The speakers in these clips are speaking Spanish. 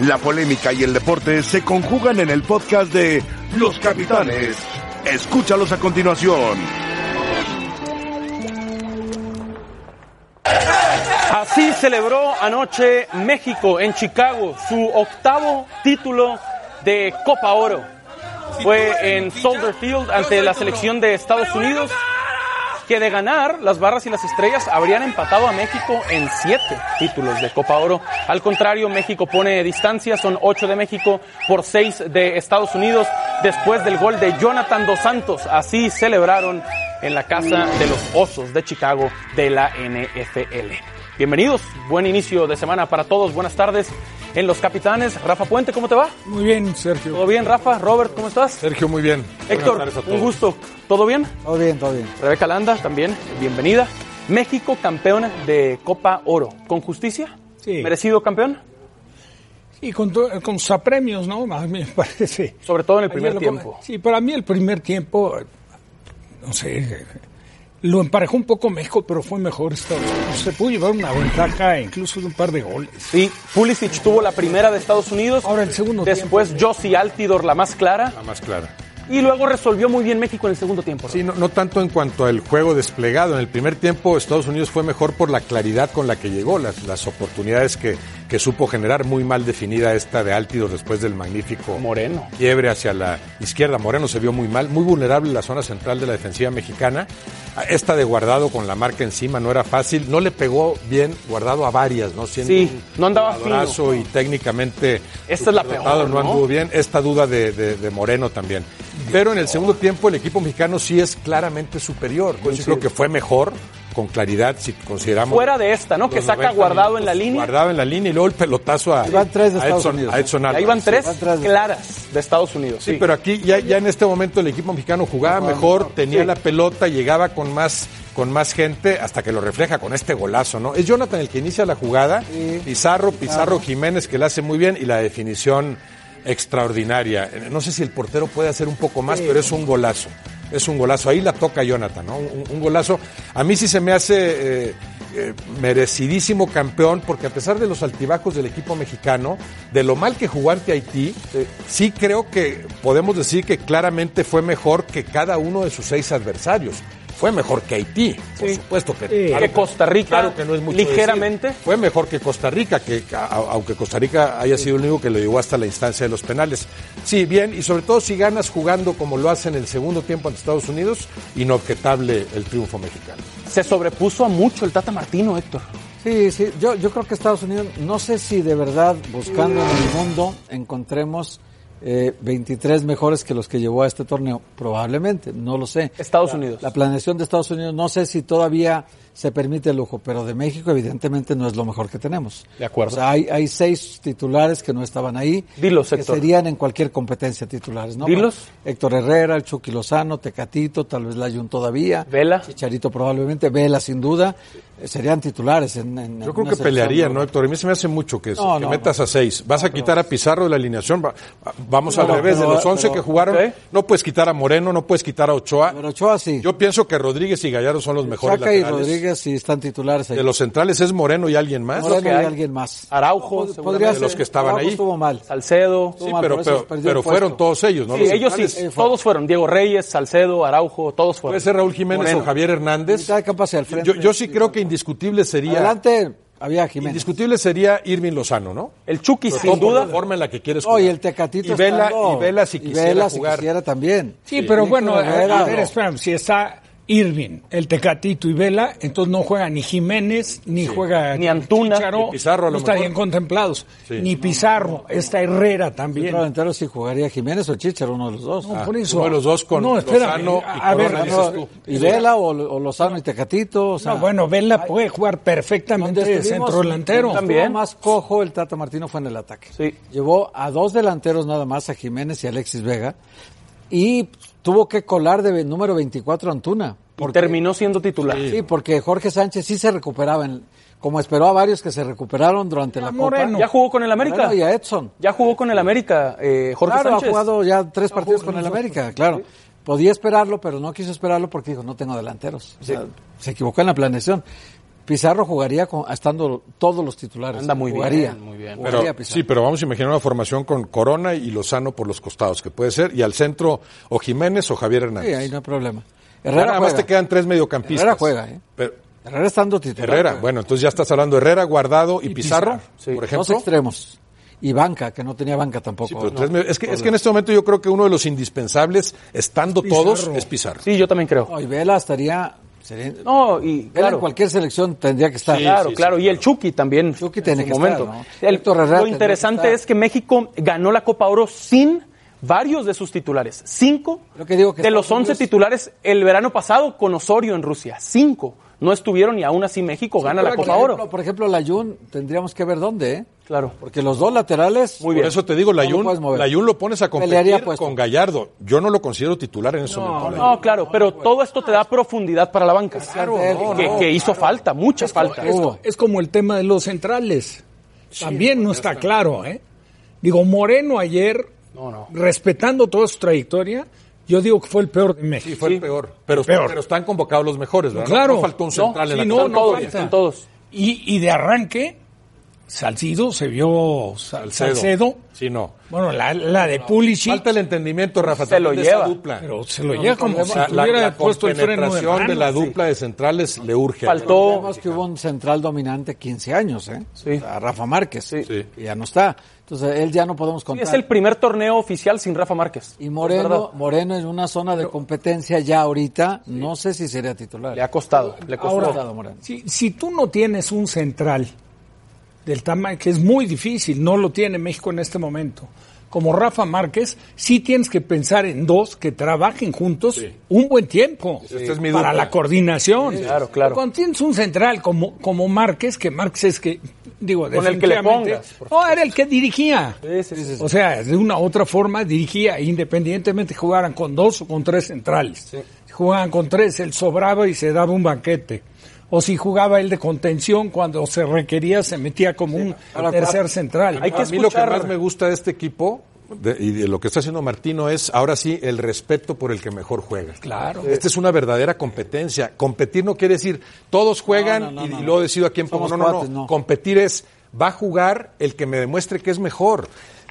La polémica y el deporte se conjugan en el podcast de Los Capitanes. Escúchalos a continuación. Así celebró anoche México en Chicago su octavo título de Copa Oro. Fue en Soldier Field ante la selección de Estados Unidos que de ganar las barras y las estrellas habrían empatado a México en siete títulos de Copa Oro. Al contrario, México pone distancia, son ocho de México por seis de Estados Unidos después del gol de Jonathan Dos Santos. Así celebraron en la casa de los Osos de Chicago de la NFL. Bienvenidos, buen inicio de semana para todos, buenas tardes en Los Capitanes. Rafa Puente, ¿cómo te va? Muy bien, Sergio. ¿Todo bien, Rafa? Robert, ¿cómo estás? Sergio, muy bien. Héctor, un gusto. ¿Todo bien? Todo bien, todo bien. Rebeca Landa, también, bienvenida. México campeona de Copa Oro. ¿Con justicia? Sí. ¿Merecido campeón? Y con, to- eh, con sus apremios, ¿no? A mí me parece. Sobre todo en el primer Ayer lo- tiempo. Sí, para mí el primer tiempo, no sé, lo emparejó un poco México, pero fue mejor Estados Unidos. Se pudo llevar una ventaja incluso de un par de goles. Sí, Pulisic tuvo la primera de Estados Unidos. Ahora el segundo Después Josie Altidor, la más clara. La más clara. Y luego resolvió muy bien México en el segundo tiempo. ¿no? Sí, no, no tanto en cuanto al juego desplegado. En el primer tiempo Estados Unidos fue mejor por la claridad con la que llegó, las, las oportunidades que, que supo generar, muy mal definida esta de Altidor después del magnífico Moreno. quiebre hacia la izquierda. Moreno se vio muy mal, muy vulnerable en la zona central de la defensiva mexicana. Esta de guardado con la marca encima no era fácil, no le pegó bien guardado a varias, ¿no? Siendo Sí, un no andaba jugadorazo y técnicamente Esta es la superdotado, peor, no ¿no? anduvo bien. Esta duda de, de- de Moreno también. Pero en el segundo tiempo el equipo mexicano sí es claramente superior. Yo sí creo que fue mejor, con claridad, si consideramos. Fuera de esta, ¿no? Que los saca 90 guardado minutos, en la línea. Guardado en la línea y luego el pelotazo a, Y van tres de a Estados Edson, Unidos, a ¿eh? Edson Y ahí Álvarez. van tres van tres. claras de Estados Unidos. Sí, pero aquí ya, ya en este momento el equipo mexicano jugaba mejor, tenía la pelota, llegaba con más con más gente hasta que lo refleja con este golazo, ¿no? Es Jonathan el que inicia la jugada, Pizarro, Pizarro Jiménez que la hace muy bien y la definición extraordinaria. Eh, No sé si el portero puede hacer un poco más, pero es un golazo. Es un golazo. Ahí la toca Jonathan, ¿no? Un, un golazo. A mí sí se me hace eh, eh, merecidísimo campeón, porque a pesar de los altibajos del equipo mexicano, de lo mal que jugó ante Haití, eh, sí creo que podemos decir que claramente fue mejor que cada uno de sus seis adversarios. Fue mejor que Haití, por supuesto que, Que Costa Rica, claro que no es mucho ligeramente. decir. Fue mejor que Costa Rica, que a- aunque Costa Rica haya sido el único que lo llevó hasta la instancia de los penales. Sí, bien, y sobre todo si ganas jugando como lo hacen en el segundo tiempo ante Estados Unidos, inobjetable el triunfo mexicano. Se sobrepuso a mucho el Tata Martino, Héctor. Sí, sí, yo, yo creo que Estados Unidos, no sé si de verdad buscando en el mundo encontremos eh, 23 mejores que los que llevó a este torneo, probablemente, no lo sé. Estados Unidos. La planeación de Estados Unidos, no sé si todavía se permite el lujo, pero de México evidentemente no es lo mejor que tenemos. De acuerdo. O sea, hay, hay seis titulares que no estaban ahí. Dilos, que Héctor. serían en cualquier competencia titulares, ¿no? Dilos. Héctor Herrera, el Chucky Lozano, Tecatito, tal vez Layun todavía. Vela. Chicharito probablemente, Vela sin duda, eh, serían titulares en, en Yo alguna creo que selección, pelearía, ¿no, ¿no? Héctor? A mí se me hace mucho que, No, que no, metas no. a seis. Vas a quitar a Pizarro de la alineación. Va- va- vamos No, al revés. pero- de los once pero- que jugaron, ¿ok? no puedes quitar a Moreno, no puedes quitar a Ochoa. Pero Ochoa sí. Yo pienso que Rodríguez y Gallardo son los mejores Chaca y laterales. Rodríguez sí están titulares ahí. De los centrales es Moreno y alguien más. Moreno que y hay. alguien más. Araujo, Pod- seguramente. podría De los ser. que estaban Araujo ahí. estuvo mal. Salcedo. Sí, mal, pero, por eso pero, perdió el pero puesto. fueron todos ellos, ¿no? Sí, Los ellos sí, centrales. todos fueron. Diego Reyes, Salcedo, Araujo, todos fueron. Puede ser Raúl Jiménez Moreno. o Javier Hernández. Mitad de campo hacia el frente. Yo, yo sí creo que indiscutible sería. Adelante había Jiménez. Indiscutible sería Irving Lozano, ¿no? El Chucky, Sobre sin todo por duda. La forma en la que quieres Oh, jugar. y el Tecatito Y Vela, estando- y Vela si y quisiera Vela si jugar. quisiera también. Sí, pero Nico bueno, a- Herrera, a ver, no. espérame, si está Irving, el Tecatito y Vela, entonces no juega ni Jiménez, ni juega Ni Antuna, Chicharo, ni Pizarro, a lo no están mejor. bien contemplados, Sí. ni Pizarro, está Herrera también. Centro delantero si jugaría Jiménez o Chicharo, uno de los dos. No, Ah, por eso. uno de los dos con no, espérame, Lozano y a, a ver, Corona, no, dices tú. Y Vela o, o Lozano y Tecatito. O sea, no, bueno, Vela puede jugar perfectamente de estuvimos- centro delantero. donde También. estuvo más cojo el Tata Martino fue en el ataque. Sí. Llevó a dos delanteros nada más, a Jiménez y Alexis Vega, y tuvo que colar de número 24 a Antuna. Y terminó siendo titular. Sí, porque Jorge Sánchez sí se recuperaba, en- como esperó a varios que se recuperaron durante la A Ah, Copa. Moreno. Ya jugó con el América. Moreno y a Edson. Ya jugó con el América, eh, Jorge claro, Sánchez. ha jugado ya tres partidos con el América, claro. Podía esperarlo, pero no quiso esperarlo porque dijo, no tengo delanteros. O sea, Se equivocó en la planeación. Pizarro jugaría con, estando todos los titulares. Anda muy bien, Jugaría. muy bien. Bueno, Pero, podría pisar. sí, pero vamos a imaginar una formación con Corona y Lozano por los costados, que puede ser, y al centro o Jiménez o Javier Hernández. Sí, ahí no hay problema. Nada Herrera más juega. te quedan tres mediocampistas. Herrera juega, ¿eh? Pero- Herrera estando titular. Herrera, juega. bueno, entonces ya estás hablando de Herrera, Guardado y, Pizarro, Sí, por Dos ejemplo. extremos. Y banca, que no tenía banca tampoco. Sí, pero No. tres me- es, que, es que en este momento yo creo que uno de los indispensables, estando todos, es Pizarro. Sí, yo también creo. No, y Vela estaría... sería- No, y Vela claro. en cualquier selección tendría que estar. Claro, claro. Y el Chucky también. Chucky en tiene su que momento. estar, ¿no? El- Héctor Herrera lo tendría que interesante estar. es que México ganó la Copa Oro sin varios de sus titulares. Cinco Lo que digo que de Estados los once Unidos- titulares el verano pasado con Osorio en Rusia. Cinco. No estuvieron y aún así México gana la Por Copa ejemplo- Oro. Por ejemplo, la Jun, tendríamos que ver dónde, ¿eh? Claro. Porque los dos laterales... Muy Por bien. eso te digo, No lo Layun puedes mover. Layun lo pones a Pelearía competir puesto. con Gallardo. Yo no lo considero titular en ese momento. Layun. No, claro, pero todo esto te da profundidad para la banca. no, que, no, que hizo falta, mucha falta. Es, co- es como el tema de los centrales. También no está claro, ¿eh? Digo, Moreno ayer, respetando toda su trayectoria, yo digo que fue el peor de México. Sí, fue el peor. Pero, Peor. pero están convocados los mejores, ¿verdad? Claro. No faltó un No, central en sí, la Están no, cancha. no todos, falta. están todos. Y, y de arranque, Salcido se vio Sal- Salcedo. Salcedo. Sí, no. Bueno, la, la de Pulisic, Falta el entendimiento, Rafa. Se también lo de esa lleva. dupla. pero se lo lleva como O si sea, la, tuviera la puesto el freno de compenetración mano. de la dupla de centrales le urge. Faltó Sabemos que hubo un central dominante 15 años, ¿eh? Sí. O sea, Rafa Márquez. Sí. Y ya no está. Entonces, él ya no podemos Sí, contar. es el primer torneo oficial sin Rafa Márquez. Y Es Moreno, verdad. Moreno en una zona de competencia ya ahorita, no sé si sería titular. le ha costado, le costó. Ahora- Si, si tú no tienes un central del tamaño, que es muy difícil, no lo tiene México en este momento, como Rafa Márquez, sí tienes que pensar en dos que trabajen juntos un buen tiempo Esta es mi para dupla. la coordinación. claro, claro. Cuando tienes un central como, como Márquez, que Márquez es que, digo, Con el que le definitivamente- pongas, por No, era el que dirigía. Sí, sí, sí. O sea, de una u otra forma dirigía, independientemente jugaran con dos o con tres centrales. Si jugaban con tres, él sobraba y se daba un banquete. O si jugaba él de contención, cuando se requería, se metía como un tercer central. Hay que a mí lo que escuchar- más me gusta de este equipo de- y de lo que está haciendo Martino es, ahora sí, el respeto por el que mejor juega. Claro. Esta es una verdadera competencia. Competir no quiere decir todos juegan No, no, no, y, no. y luego decido a quién pongo. Somos No, no, no. cuates, no. Competir es, va a jugar el que me demuestre que es mejor.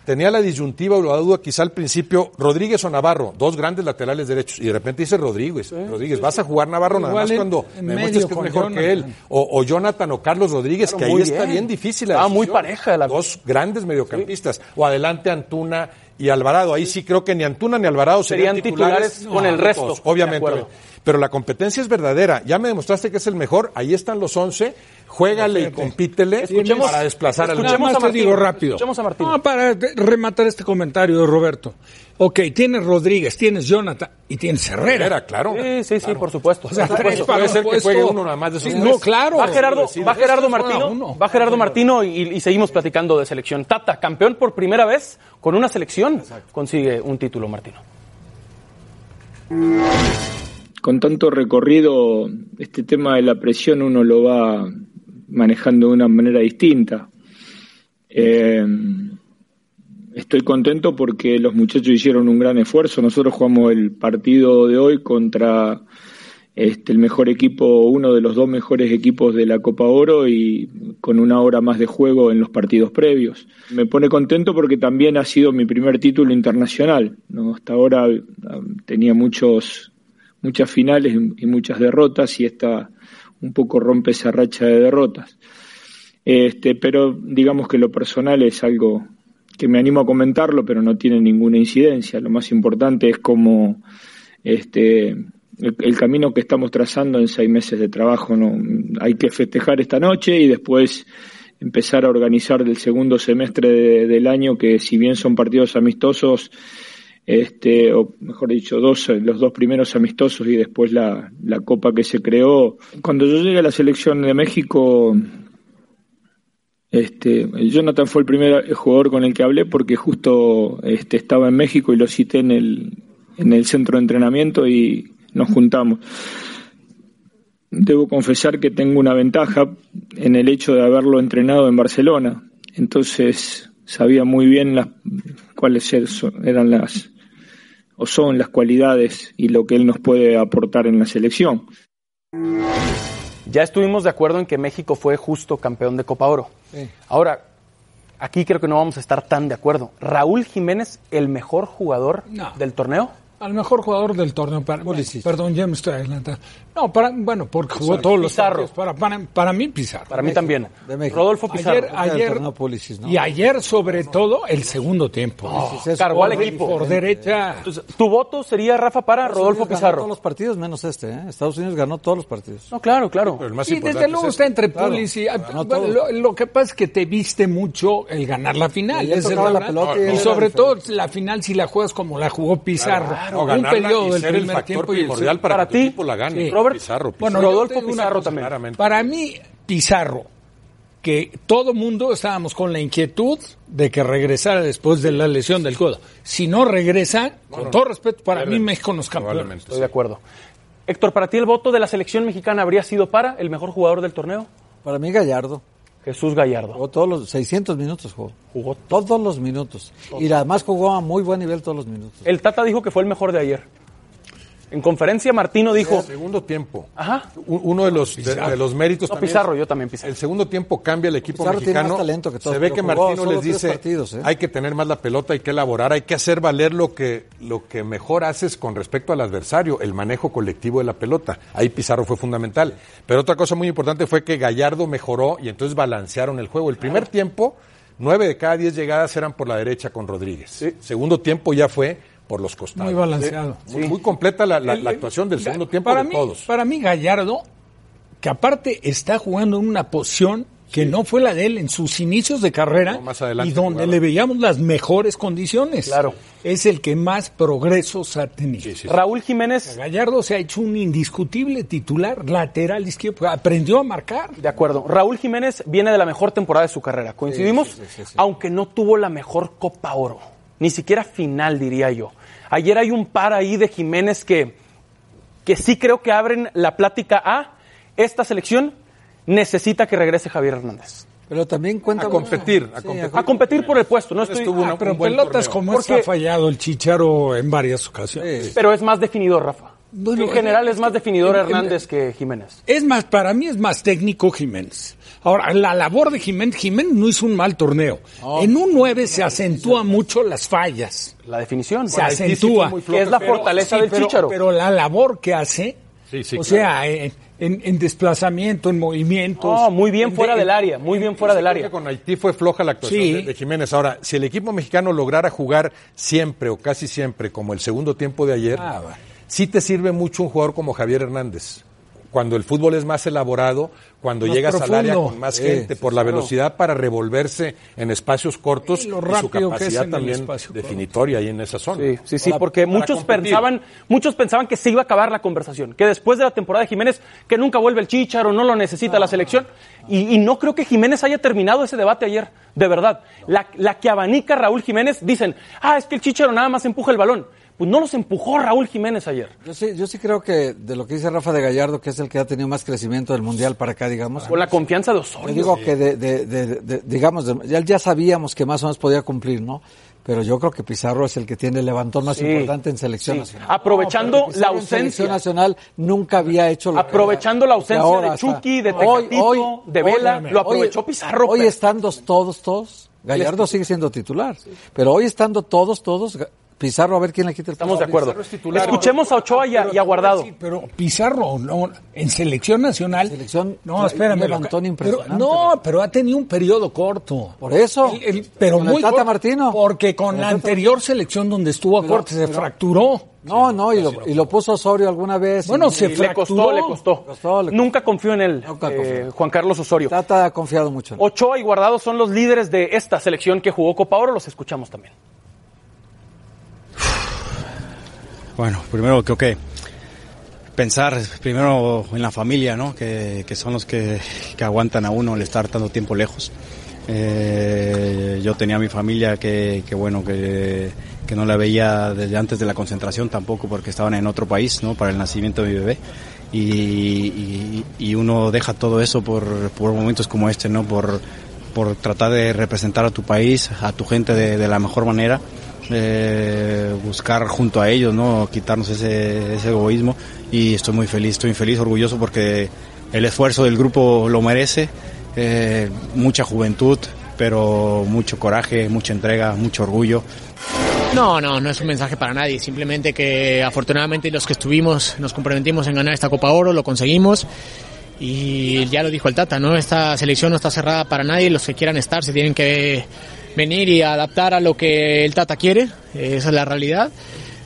Tenía la disyuntiva o la duda quizá al principio, Rodríguez o Navarro, dos grandes laterales derechos, y de repente dice Rodríguez, Rodríguez, vas a jugar Navarro nada Igual más en- cuando en me medio demuestres que es con mejor que él, Jonathan. o, o Jonathan o Carlos Rodríguez, que ahí muy está bien. bien difícil la Estaba muy decisión. pareja la- Dos grandes mediocampistas, o adelante Antuna y Alvarado, ahí sí creo que ni Antuna ni Alvarado serían, Serían titulares con el resto. todos, De obviamente. acuerdo. Pero la competencia es verdadera. Ya me demostraste que es el mejor. Ahí están los 11. Juégale y compítele Escuchemos- para desplazar al escuchemos- otro. Nada a más te Martín. digo rápido. Escuchemos a Martín. No, para de- rematar este comentario de Roberto. Ok, tienes Rodríguez, tienes Jonathan y tienes Herrera. Herrera, claro. Sí, sí, sí, por supuesto. O sea, Por tres supuesto. para Puede ser un que juegue puesto. uno nada más de esos Sí, tres. No, claro. Va Gerardo, va Gerardo Estos fueron a Martino, uno. va Gerardo Martino y, y seguimos platicando de selección. Tata, campeón por primera vez con una selección, consigue un título Martino. con tanto recorrido, este tema de la presión uno lo va manejando de una manera distinta. Eh, estoy contento porque los muchachos hicieron un gran esfuerzo. Nosotros jugamos el partido de hoy contra este, el mejor equipo, uno de los dos mejores equipos de la Copa Oro y con una hora más de juego en los partidos previos. Me pone contento porque también ha sido mi primer título internacional. ¿no? Hasta ahora eh, tenía muchos, muchas finales y- y muchas derrotas y esta un poco rompe esa racha de derrotas. Este, pero digamos que lo personal es algo que me animo a comentarlo, pero no tiene ninguna incidencia. Lo más importante es cómo este, el, el camino que estamos trazando en seis meses de trabajo. ¿no? Hay que festejar esta noche y después empezar a organizar el segundo semestre de- del año, que si bien son partidos amistosos, este, o mejor dicho, dos, los dos primeros amistosos y después la, la copa que se creó. Cuando yo llegué a la selección de México, este, Jonathan fue el primer jugador con el que hablé porque justo este, estaba en México y lo cité en el, en el centro de entrenamiento y nos juntamos. Debo confesar que tengo una ventaja en el hecho de haberlo entrenado en Barcelona. Entonces sabía muy bien las, cuáles er- son- eran las o son las cualidades y lo que él nos puede aportar en la selección. Ya estuvimos de acuerdo en que México fue justo campeón de Copa Oro. Ahora, Aquí creo que no vamos a estar tan de acuerdo. Raúl Jiménez, el mejor jugador No. del torneo. Al mejor jugador del torneo. Para, perdón, ya me estoy adelantando. No, para, bueno, porque jugó todos los Pizarro. partidos. Para, para, para mí, Pizarro. Para mí México, también. de México. Rodolfo Pizarro. ayer, ayer- torneo Pulisic, ¿no? y ayer sobre todo el segundo tiempo. Pulisic es cargó al otro equipo. diferente. Por derecha. Entonces, tu voto sería Rafa para Estados Rodolfo Unidos ganó Pizarro. Todos los partidos menos este, ¿eh? Estados Unidos ganó todos los partidos. No, claro, claro. Pero el más y importante desde luego es está este. entre Claro. Pulis y... ah, Ganó bueno, todo. lo, lo que pasa es que te viste mucho el ganar la final. Y él esa es tocaba la verdad. pelota y él y era sobre diferente. todo la final si la juegas como la jugó Pizarro. Claro, Un ganarla periodo y del ser el primer factor tiempo y el primordial para, Para que tu ti, equipo la gane. Sí. Robert, Pizarro, Pizarro. Bueno, yo Rodolfo tengo una Pizarro cosa, también. claramente. Para mí, Pizarro, que todo mundo estábamos con la inquietud de que regresara después de la lesión del codo. Si no regresa, con todo respeto, para mí Probablemente. México nos campeona. Probablemente, Estoy de acuerdo. Héctor, ¿para ti el voto de la selección mexicana habría sido para el mejor jugador del torneo? Para mí Gallardo Jesús Gallardo. jugó todos los 600 minutos jugó. Jugó. Todos los minutos. Y además jugó a muy buen nivel todos los minutos. El Tata dijo que fue el mejor de ayer. En conferencia, Martino dijo. Segundo tiempo. Ajá. U- Uno de los, de, de los méritos No, también Pizarro, es- yo también Pizarro. El segundo tiempo cambia el equipo Pizarro tiene mexicano. más talento que todos, Se ve pero que jugó Martino solo les tres dice, partidos, ¿eh? hay que tener más la pelota, hay que elaborar, hay que hacer valer lo que, lo que mejor haces con respecto al adversario, el manejo colectivo de la pelota. Ahí Pizarro fue fundamental. Pero otra cosa muy importante fue que Gallardo mejoró y entonces balancearon el juego. El primer tiempo, nueve de cada diez llegadas eran por la derecha con Rodríguez. Segundo tiempo ya fue por los costados. Muy balanceado. Muy, muy completa la, la- la actuación del segundo tiempo Eh, para de mí, todos. Para mí, Gallardo, que aparte está jugando en una posición que no fue la de él en sus inicios de carrera No, más adelante y donde jugaba. le veíamos las mejores condiciones. Claro. Es el que más progresos ha tenido. Raúl Jiménez, Gallardo se ha hecho un indiscutible titular lateral izquierdo. Aprendió a marcar. de acuerdo. Raúl Jiménez viene de la mejor temporada de su carrera. ¿Coincidimos? Aunque no tuvo la mejor Copa Oro. Ni siquiera final, diría yo. Ayer hay un par ahí de Jiménez que, que sí creo que abren la plática a esta selección necesita que regrese Javier Hernández. Pero también cuenta A competir, a Sí, competir. A competir por el puesto. No estoy, Estuvo una- Ah, Pero buen pelotas torneo. como Porque- esta ha fallado el Chicharo en varias ocasiones. Pero es más definidor, Rafa. Bueno, en general es más definidor en- en- Hernández que Jiménez. Es más, para mí es más técnico Jiménez. Ahora, la labor de Jiménez, Jiménez no hizo un mal torneo. Oh. en un 9 se acentúa mucho las fallas. La definición. Se Bueno, acentúa. muy flojo, que es la pero- fortaleza Sí, del pero, Chicharo. Pero la labor que hace, Sí, sí, o claro. sea, en, en- en desplazamiento, en movimientos. No, Ah, muy bien en- fuera en- del área, muy bien fuera del Creo área. que con Haití fue floja la actuación Sí. de, de Jiménez. Ahora, si el equipo mexicano lograra jugar siempre o casi siempre como el segundo tiempo de ayer, Ah, bueno. sí te sirve mucho un jugador como Javier Hernández. Cuando el fútbol es más elaborado, cuando Más llegas profundo. al área con más Sí, gente, por la velocidad para revolverse en espacios cortos Sí, y lo su rápido que es en capacidad el también espacio corto. definitoria ahí en esa zona. Sí, sí, sí, Para- porque para muchos competir. pensaban, muchos pensaban que se iba a acabar la conversación, que después de la temporada de Jiménez, que nunca vuelve el Chicharo, no lo necesita la selección. Y, y no creo que Jiménez haya terminado ese debate ayer, de verdad. La, la que abanica Raúl Jiménez, dicen, ah, es que el Chicharo nada más empuja el balón. Pues no los empujó Raúl Jiménez ayer. Yo sí, yo sí creo que de lo que dice Rafa de Gallardo, que es el que ha tenido más crecimiento del Mundial para acá, digamos. Con la confianza de Yo Osorio. digo que, de, de- de- de- digamos, de- ya, ya sabíamos que más o menos podía cumplir, ¿no? Pero yo creo que Pizarro es el que tiene el levantón más Sí. importante en selección Sí. nacional. Aprovechando Pizarro la en selección ausencia. nacional nunca había hecho lo que- Aprovechando la ausencia de que está. Chucky, de Hoy- Tecatito, de Vela, lo aprovechó Pizarro, Hoy pero- estando todos, todos, Gallardo sigue siendo titular. Pero hoy estando todos, todos, Ga- Pizarro a ver quién le quita el Estamos de puesto. acuerdo. Escuchemos a Ochoa y a, y a Guardado. Sí, pero Pizarro, no, en selección nacional. Selección, no, espérame. un levantón pero- impresionante. no, pero ha tenido un periodo corto. Por eso. El- el- pero Con el muy Tata corto, Martino. Porque con la anterior selección donde estuvo a Pero- corte se pero- fracturó. No, no, y lo, y lo puso Osorio alguna vez. Bueno, Y- se Y le costó, fracturó. le costó. Costó, le costó. Nunca confió en él, Nunca eh, confió. Juan Carlos Osorio. Tata ha confiado mucho. en él. Ochoa y Guardado son los líderes de esta selección que jugó Copa Oro, los escuchamos también. Bueno, primero creo que pensar primero en la familia, ¿no? Que, que son los que, que aguantan a uno el estar tanto tiempo lejos. Eh, yo tenía a mi familia que, que bueno, que, que no la veía desde antes de la concentración tampoco porque estaban en otro país, ¿no? Para el nacimiento de mi bebé. Y, y- y uno deja todo eso por, por momentos como este, ¿no? Por, por tratar de representar a tu país, a tu gente de, de la mejor manera, eh, buscar junto a ellos, ¿no? quitarnos ese, ese egoísmo y estoy muy feliz, estoy feliz, orgulloso porque el esfuerzo del grupo lo merece, eh, mucha juventud, pero mucho coraje, mucha entrega, mucho orgullo. No, no, no es un mensaje para nadie. Simplemente que afortunadamente los que estuvimos nos comprometimos en ganar esta Copa Oro, lo conseguimos. Y ya lo dijo el Tata, ¿no? Esta selección no está cerrada para nadie. Los que quieran estar se tienen que venir y adaptar a lo que el Tata quiere. Esa es la realidad.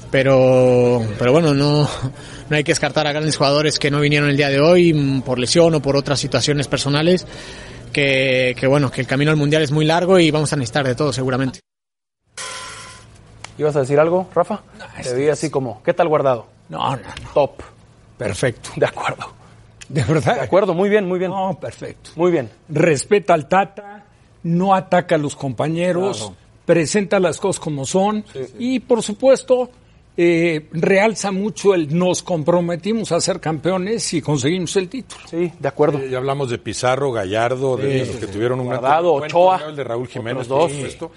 Pero, pero bueno, no, no hay que descartar a grandes jugadores que no vinieron el día de hoy mm, por lesión o por otras situaciones personales. Que, que bueno, que el camino al mundial es muy largo y vamos a necesitar de todo seguramente. ¿Ibas a decir algo, Rafa? Te vi así como, ¿qué tal guardado? No, no, no. Top. Perfecto. De acuerdo. De verdad. De acuerdo, muy bien, muy bien. No, perfecto. Muy bien. Respeta al Tata, no ataca a los compañeros, presenta las cosas como son y, por supuesto, eh, realza mucho el nos comprometimos a ser campeones y conseguimos el título. Sí, de acuerdo. Ya hablamos de Pizarro, Gallardo, de los que tuvieron un Guardado, gran Ochoa, torneo, el de Raúl Jiménez, otros dos. por supuesto.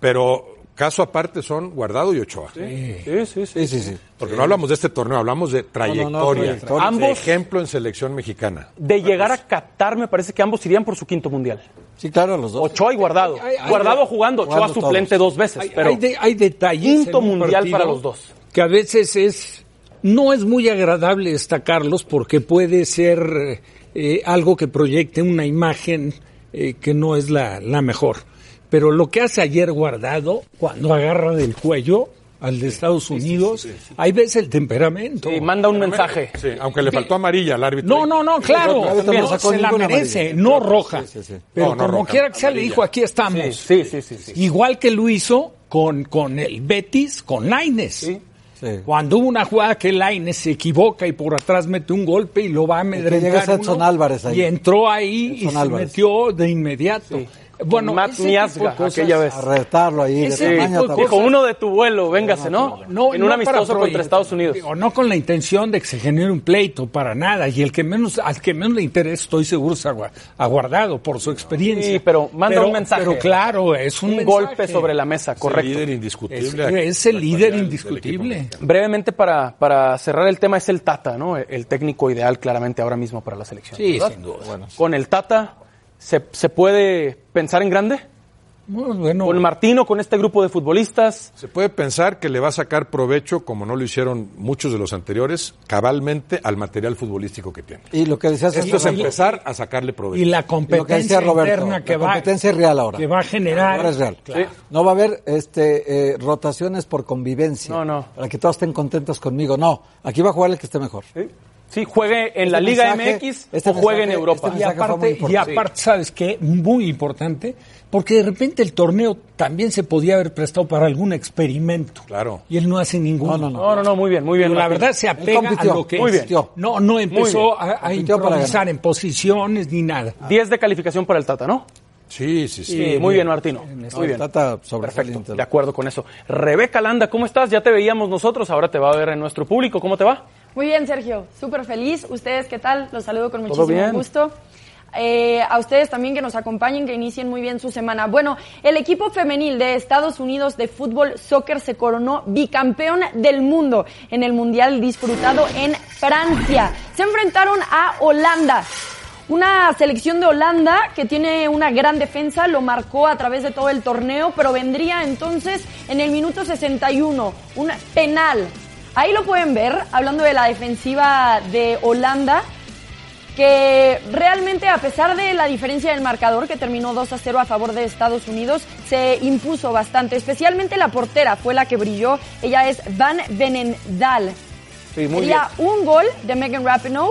Pero caso aparte son Guardado y Ochoa. Sí, sí, sí. Sí, sí, sí. Porque no hablamos de este torneo, hablamos de trayectoria. trayectoria. De Ambos- ejemplo en selección mexicana. De llegar a Qatar, me parece que ambos irían por su quinto mundial. Sí, claro, los dos. Ochoa y Guardado. Ay, ay, guardado ay, jugando, Ochoa jugando suplente dos veces. Hay, pero hay de- hay detalles. quinto en un mundial partido para los dos. Que a veces es. No es muy agradable destacarlos porque puede ser eh, algo que proyecte una imagen eh, que no es la, la mejor. Pero lo que hace ayer Guardado, cuando agarra del cuello al de Estados Unidos, ahí ves el temperamento. Sí, manda un mensaje. Sí, aunque le faltó amarilla al árbitro. No, no, no, claro. Ahorita no no sacó se la ninguna merece, amarilla. no roja. Sí, sí, sí. Pero No, no como roja, quiera que sea, le amarilla. dijo, aquí estamos. Sí, sí, sí, sí. Igual que lo hizo con, con el Betis, con Laines. Sí. Cuando hubo una jugada que Laines se equivoca y por atrás mete un golpe y lo va a amedrentar. llega Edson uno, Álvarez ahí. Y entró ahí y Edson se Álvarez. metió de inmediato. Bueno, Matt ese tipo de Miazga, cosas- aquella vez. A retarlo ahí, Ese de tipo tamaño de a Dijo, tamaño. uno de tu vuelo, véngase, ¿no? en un para amistoso proyectar, contra Estados Unidos. digo, no con la intención de que se genere un pleito, para nada. Y el que menos, al que menos le interesa, estoy seguro, es agua- aguardado por su experiencia. Sí, pero manda un mensaje. Pero claro, es un, Un mensaje. golpe sobre la mesa, Es el correcto. líder indiscutible. Es, aquí, es el actual líder del- del equipo indiscutible. mexicano. Brevemente, para, para cerrar el tema, es el Tata, ¿no? E, El- El técnico ideal, claramente, ahora mismo para la selección. Sí, ¿verdad? sin duda. Con el Tata, ¿se, se puede pensar en grande? Bueno, bueno, Con Martino, con este grupo de futbolistas. Se puede pensar que le va a sacar provecho, como no lo hicieron muchos de los anteriores, cabalmente al material futbolístico que tiene. Y lo que decías hace Esto es rato, empezar a sacarle provecho. y la lo que competencia decía Roberto, interna que la va, competencia es real ahora. que va a generar. Ahora es real. Claro. No va a haber este, eh, rotaciones por convivencia. No, no. Para que todos estén contentos conmigo. No, aquí va a jugar el que esté mejor. Sí, juegue en la Este Liga mensaje- MX este o juegue en mensaje- Europa. este Y mensaje- fue muy aparte, y importante. aparte, ¿sabes qué? Muy importante, porque de repente el torneo también se podía haber prestado para algún experimento. Claro. Y él no hace ninguno. No, no, No, no, no, muy bien, muy bien. Pero la Martín. verdad se Él apega a compitió, lo que muy bien. existió. No, no empezó a, a Compitió para improvisar en posiciones ni nada. 10 de calificación para el Tata, ¿no? Sí, sí, sí. Sí, muy bien, Martino. Muy bien. Tata sobresaliente. Perfecto, de acuerdo con eso. Rebeca Landa, ¿cómo estás? Ya te veíamos nosotros, ahora te va a ver en nuestro público. ¿Cómo te va? Muy bien, Sergio. Súper feliz. ¿Ustedes qué tal? Los saludo con Todo muchísimo bien. gusto. Eh, a ustedes también que nos acompañen, que inicien muy bien su semana. Bueno, el equipo femenil de Estados Unidos de fútbol soccer se coronó bicampeón del mundo en el Mundial disputado en Francia. Se enfrentaron a Holanda. Una selección de Holanda que tiene una gran defensa, lo marcó a través de todo el torneo, pero vendría entonces en el minuto 61, un penal. Ahí lo pueden ver, hablando de la defensiva de Holanda, que realmente a pesar de la diferencia del marcador que terminó 2 a 0 a favor de Estados Unidos, se impuso bastante, especialmente la portera fue la que brilló, ella es Van Venendal. Sí, muy Sería un gol de Megan Rapinoe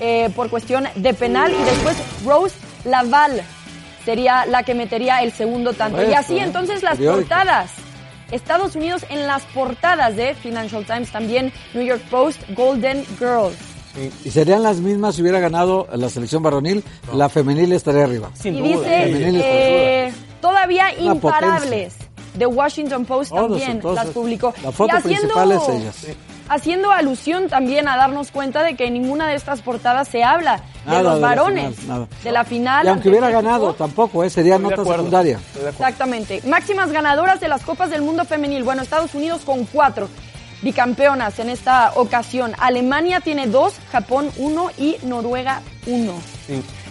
eh, por cuestión de penal y después Rose Laval sería la que metería el segundo tanto. Y Correcto, así ¿eh? entonces las Periódico. portadas. Estados Unidos en las portadas de Financial Times también, New York Post, Golden Girls. Y serían las mismas si hubiera ganado la selección varonil, la femenil estaría arriba. Sin y duda. dice Femenil eh, todavía Una imparables. The Washington Post Todos, también entonces, las publicó. la foto Y haciendo- principal es ellas. Haciendo alusión también a darnos cuenta de que en ninguna de estas portadas se habla Nada de los de la varones, final, nada. de la final. Y aunque ante hubiera México. ganado, tampoco, ¿eh? sería nota secundaria. Exactamente. Máximas ganadoras de las Copas del Mundo Femenil. Bueno, Estados Unidos con cuatro bicampeonas en esta ocasión. Alemania tiene dos, Japón uno y Noruega uno.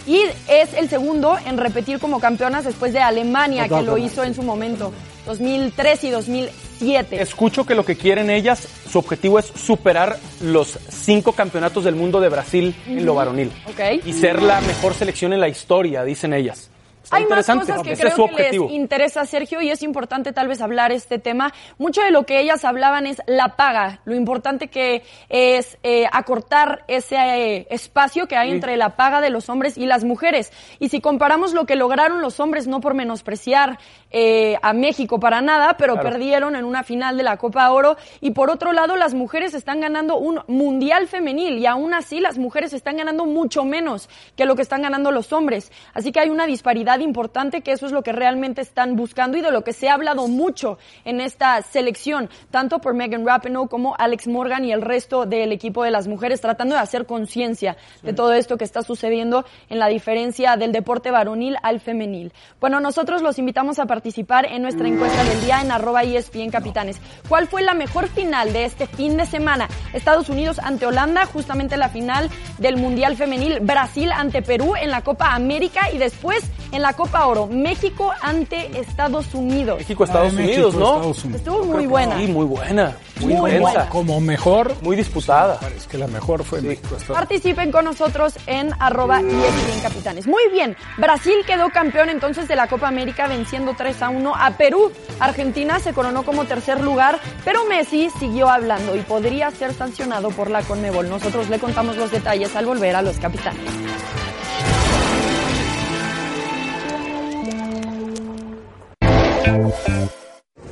y es el segundo en repetir como campeonas después de Alemania, que lo hizo en su momento, 2003 y 2007. Escucho que lo que quieren ellas, su objetivo es superar los cinco campeonatos del mundo de Brasil en lo Ujú. varonil. Ok. Y ser la mejor selección en la historia, dicen ellas. Está Hay más interesante. cosas que Ese creo es su que objetivo. les interesa, Sergio, y es importante tal vez hablar este tema. Mucho de lo que ellas hablaban es la paga, lo importante que es eh, acortar ese eh, espacio que hay entre la paga de los hombres y las mujeres. Y si comparamos lo que lograron los hombres, no por menospreciar eh, a México para nada, pero Claro. perdieron en una final de la Copa Oro. Y por otro lado, las mujeres están ganando un mundial femenil y aún así las mujeres están ganando mucho menos que lo que están ganando los hombres. Así que hay una disparidad importante que eso es lo que realmente están buscando y de lo que se ha hablado mucho en esta selección, tanto por Megan Rapinoe como Alex Morgan y el resto del equipo de las mujeres, tratando de hacer conciencia de todo esto que está sucediendo en la diferencia del deporte varonil al femenil. Bueno, nosotros los invitamos a participar en nuestra encuesta del día en arroba E ESPN Capitanes. ¿Cuál fue la mejor final de este fin de semana? Estados Unidos ante Holanda, justamente la final del Mundial Femenil, Brasil ante Perú en la Copa América y después en la Copa Oro, México ante Estados Unidos. México, Estados La de Unidos, México, ¿no? Estados Unidos. Estuvo muy buena. Sí, muy buena. Muy, Muy intensa. buena. Como mejor, Muy disputada. parece que la mejor fue México. Estados Participen con nosotros en arroba ESPN Capitanes. Muy bien, Brasil quedó campeón entonces de la Copa América venciendo 3 a 1 a Perú. Argentina se coronó como tercer lugar, pero Messi siguió hablando y podría ser sancionado por la Conmebol. Nosotros le contamos los detalles al volver a los capitanes.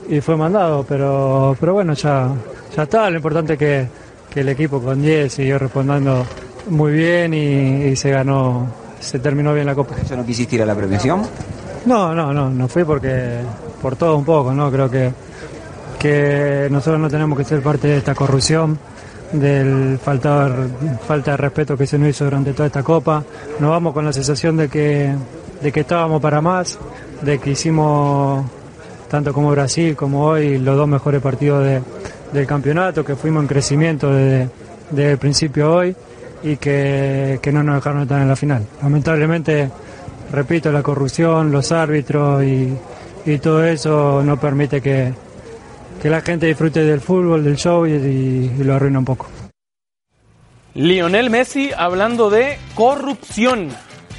y fue mandado, pero, pero bueno, ya, ya está. Lo importante es que, que el equipo con 10 siguió respondiendo muy bien y, y se ganó, se terminó bien la Copa. ¿Eso no quisiste ir a la premiación? No, no, no, no fui porque por todo un poco, ¿no? Creo que, que nosotros no tenemos que ser parte de esta corrupción, del faltar, falta de respeto que se nos hizo durante toda esta copa. Nos vamos con la sensación de que, de que estábamos para más, de que hicimos tanto como Brasil como hoy los dos mejores partidos de- del campeonato, que fuimos en crecimiento desde, desde el principio a hoy y que, que no nos dejaron estar en la final. Lamentablemente repito, la corrupción, los árbitros y, y todo eso no permite que, que la gente disfrute del fútbol, del show y, y- y lo arruina un poco. Lionel Messi hablando de corrupción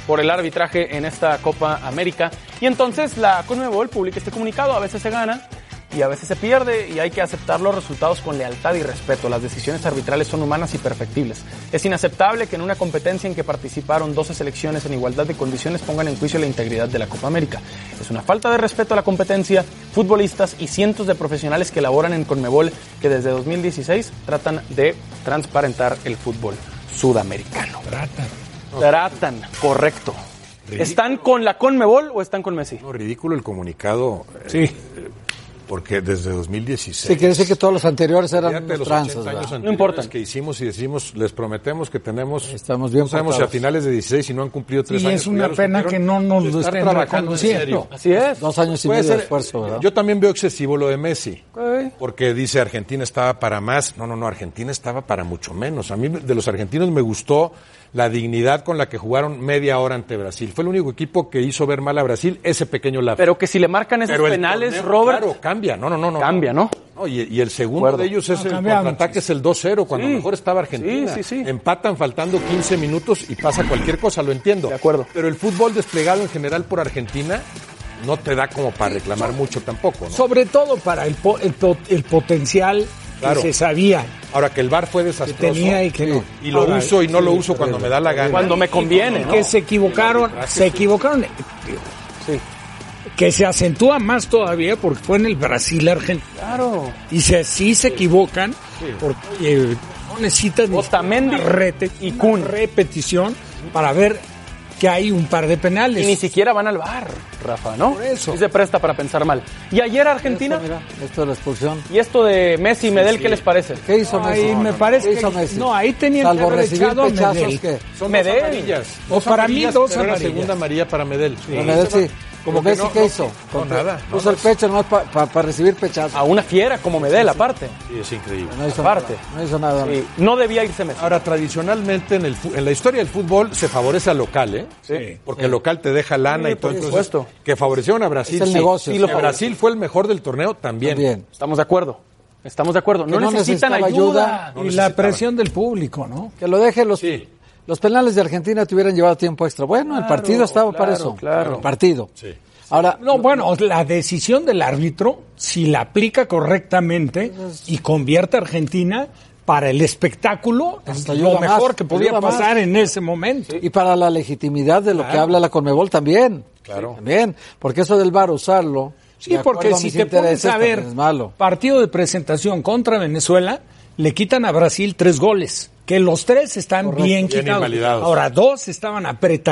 por el arbitraje en esta Copa América. Y entonces la Conmebol publica este comunicado, a veces se gana y a veces se pierde y hay que aceptar los resultados con lealtad y respeto. Las decisiones arbitrales son humanas y perfectibles. Es inaceptable que en una competencia en que participaron 12 selecciones en igualdad de condiciones pongan en juicio la integridad de la Copa América. Es una falta de respeto a la competencia, futbolistas y cientos de profesionales que laboran en Conmebol que desde 2016 tratan de transparentar el fútbol sudamericano. Tratan, correcto. Ridículo. ¿Están con la Conmebol o están con Messi? No, ridículo el comunicado. eh, Sí. Porque desde 2016. Sí, quiere decir que todos los anteriores eran Fíjate, unos los tranzas, 80 años ¿verdad? No anteriores importa. que hicimos y decimos, les prometemos que tenemos. Estamos bien No sabemos si a portados. finales de 16 y no han cumplido tres Y años. es pero una ya los pena que cumplieron, no nos de lo estar estén trabajando en reconociendo. serio. Así es. Dos años y Puede medio de ser, esfuerzo, ¿verdad? Yo también veo excesivo lo de Messi. Porque dice Argentina estaba para más. No, no, no, Argentina estaba para mucho menos. A mí de los argentinos me gustó la dignidad con la que jugaron media hora ante Brasil. Fue el único equipo que hizo ver mal a Brasil ese pequeño lapso. Pero que si le marcan esos Pero el penales, torneo, Robert, Claro, cambia. No, no, no. no Cambia, ¿no? y, y el segundo Acuerdo. de ellos es No, el cambia contraataque, es el 2-0, cuando Sí. mejor estaba Argentina. Sí, sí, sí. Empatan faltando 15 minutos y pasa cualquier cosa, lo entiendo. De acuerdo. Pero el fútbol desplegado en general por Argentina no te da como para reclamar mucho tampoco. ¿no? Sobre todo para el, po- el, po- el potencial Claro. que se sabía Ahora que el VAR fue que desastroso. tenía y que no. y lo Ahora, uso y no lo uso cuando me da la gana. cuando me conviene, ¿no? Que se equivocaron, se equivocaron. eh, digo, Que se acentúa más todavía porque fue en el Brasil Argentina. Claro. Y si así se equivocan, porque eh, no necesitan ni Otamendi una rete- y una Kun. repetición para ver que hay un par de Y ni penales. siquiera van al bar, Rafa, ¿no? Por eso. Sí se presta para pensar mal. Y ayer Argentina, Esto, mira, esto de la expulsión. y esto de Messi y Medel, ¿qué les parece? ¿Qué hizo Messi? Ahí No, me no, parece ¿qué que- hizo Messi? no, ahí tenían que Salvo haber recibir echado a pechazos Medel. que... Son dos Medel. amarillas. O Dos para mí, amarillas, dos pero era amarillas. segunda amarilla para Medel. Medel sí. Como Messi, no- ¿qué no- hizo? no, Contra- nada, Puso el pecho nomás para recibir pechazo. A una fiera como Medel, aparte. Sí, es increíble. No hizo Aparte. nada. No hizo nada. Sí, no debía irse Messi. Ahora, tradicionalmente en, el, fu- en la historia del fútbol se favorece al local, ¿eh? Sí. Porque el local te deja lana Sí, y todo. por Entonces, supuesto. Que favorecieron a Brasil. Es el sí. negocio. Y Sí, lo que Brasil fue el mejor del torneo también. Bien. Estamos de acuerdo. Estamos de acuerdo. No, Que no necesitan ayuda. necesitaba ayuda. No y necesitaba. la presión del público, ¿no? Que lo deje los, Sí. los penales de Argentina te hubieran llevado tiempo extra. Bueno, el partido estaba claro, para eso. claro. El partido. Ahora, No, bueno, la decisión del árbitro, si la aplica correctamente Pues y convierte a Argentina para el espectáculo, es Hasta lo ayuda más, mejor que podía ayuda más. pasar en ese momento. y para la legitimidad de lo que habla la Conmebol también. Claro. También. Porque eso del VAR usarlo. Sí, de porque acuerdo a si mis te pones intereses, a ver también Es malo. partido de presentación contra Venezuela, le quitan a Brasil tres goles, que los tres están bien Bien quitados. invalidados. Ahora, dos estaban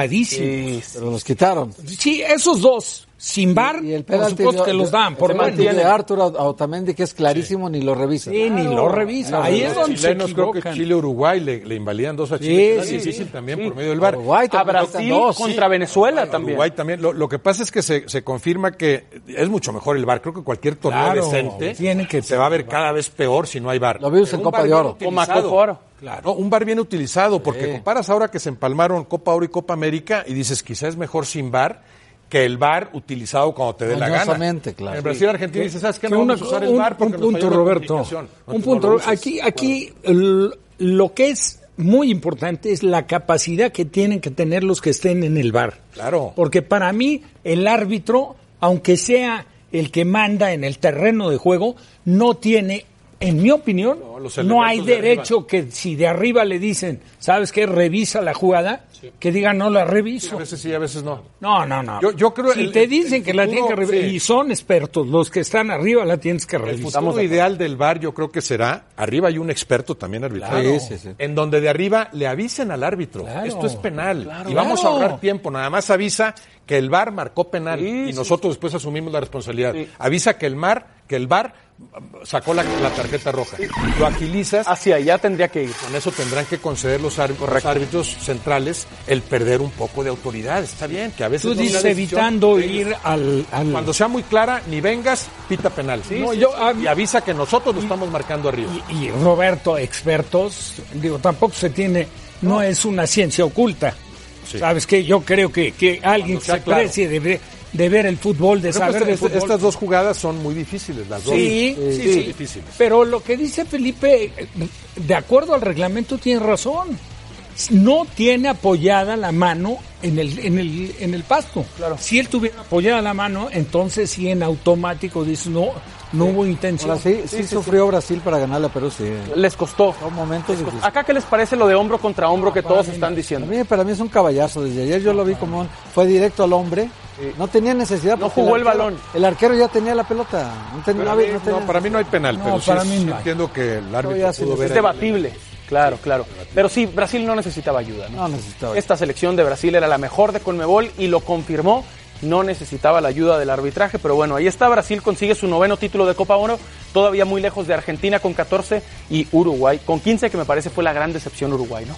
apretadísimos. Pero los quitaron. Sí, esos dos, sin bar, Y el por penalti supuesto de- que los dan, el por penalti menos. de Arthur a a Otamendi, que es clarísimo, ni lo revisa. Sí, ni lo revisa. Ahí es Los donde se chilenos creo que equivocan. Chile-Uruguay le, le invalidan dos a Chile. sí, es difícil también por medio del bar. Uruguay A también Brasil están dos, sí. contra Venezuela también. Uruguay también. Lo, lo que pasa es que se, se confirma que es mucho mejor el bar. Creo que cualquier torneo Claro, decente tiene que se va a ver cada vez peor si no hay bar. Lo vimos en Un Copa VAR de bien Oro. utilizado. Como a Copa Oro. Claro. No, un bar bien utilizado, porque comparas ahora que se empalmaron Copa Oro y Copa América y dices, quizás es mejor sin bar que el bar utilizado cuando te dé la gana. Mañosamente, claro. En Brasil Argentina dices, ¿sabes qué? Que No una- vamos a usar el un- bar porque un nos punto, falló la Roberto. comunicación. No un te lo punto. uses. Aquí, aquí l- lo que es muy importante es la capacidad que tienen que tener los que estén en el bar. Claro. Porque para mí, el árbitro, aunque sea el que manda en el terreno de juego, no tiene. En mi opinión, No, los no, elementos hay de arriba. derecho que si de arriba le dicen, ¿sabes qué? Revisa la jugada, que diga no la A reviso. veces sí, a veces no. No, no, no. Yo- yo creo si el- te el- dicen el que la futuro, tienes que revisar, sí. y son expertos, los que están arriba la tienes que El revisar. futuro ideal del VAR yo creo que será, arriba hay un experto también arbitral, Claro. Sí, sí, sí. en donde de arriba le avisen al árbitro, Claro. esto es penal, y vamos a ahorrar tiempo, nada más avisa que el VAR marcó penal, y nosotros después asumimos la responsabilidad, avisa que el mar, que el VAR sacó la, la tarjeta roja, lo agilizas, Hacia allá tendría que ir. con eso tendrán que conceder los, ár- los árbitros centrales el perder un poco de autoridad, está bien, que a veces... Tú no sea dices decisión evitando de ir al... al- cuando sea muy clara, ni vengas, pita penal. No, sí, yo- ah, sí, sí. y avisa que nosotros lo estamos marcando arriba. y, y Roberto, expertos, digo, tampoco se tiene, no es una ciencia oculta. Sí. ¿Sabes qué? Yo creo que, que alguien que sea se claro. precie de, ver- de ver el fútbol, de Por ejemplo, saber de este- fútbol. estas dos jugadas son muy difíciles, las dos. Sí, sí, sí. son difíciles. Pero lo que dice Felipe, eh, de acuerdo al reglamento, tiene razón. No tiene apoyada la mano en el, en el, en el pasto. Si él tuviera apoyada la mano, entonces sí en automático dice no, no hubo intención. Ahora sí, sí, sufrió Brasil para ganarle a Perú, sí. Les costó. Son momentos difíciles. Acá, ¿qué les parece lo de hombro contra hombro que todos están A diciendo? mí, para mí es un caballazo. Desde ayer yo lo vi como un- fue directo al hombre. No tenía necesidad. No porque jugó el arquero- balón. El arquero ya tenía la pelota. No ten- Para no mí, había- no tenía- no, para mí no hay penal, No, pero sí para es- mí no hay. entiendo que el ya árbitro sí pudo les- ver. Es ahí. debatible. Claro, claro. Pero sí, Brasil no necesitaba ayuda. ¿no? No necesitaba. Esta selección de Brasil era la mejor de Conmebol y lo confirmó. No necesitaba la ayuda del arbitraje, pero bueno, ahí está. Brasil consigue su noveno título de Copa Oro, todavía muy lejos de Argentina con 14 y Uruguay con 15, que me parece fue la gran decepción Uruguay, ¿no?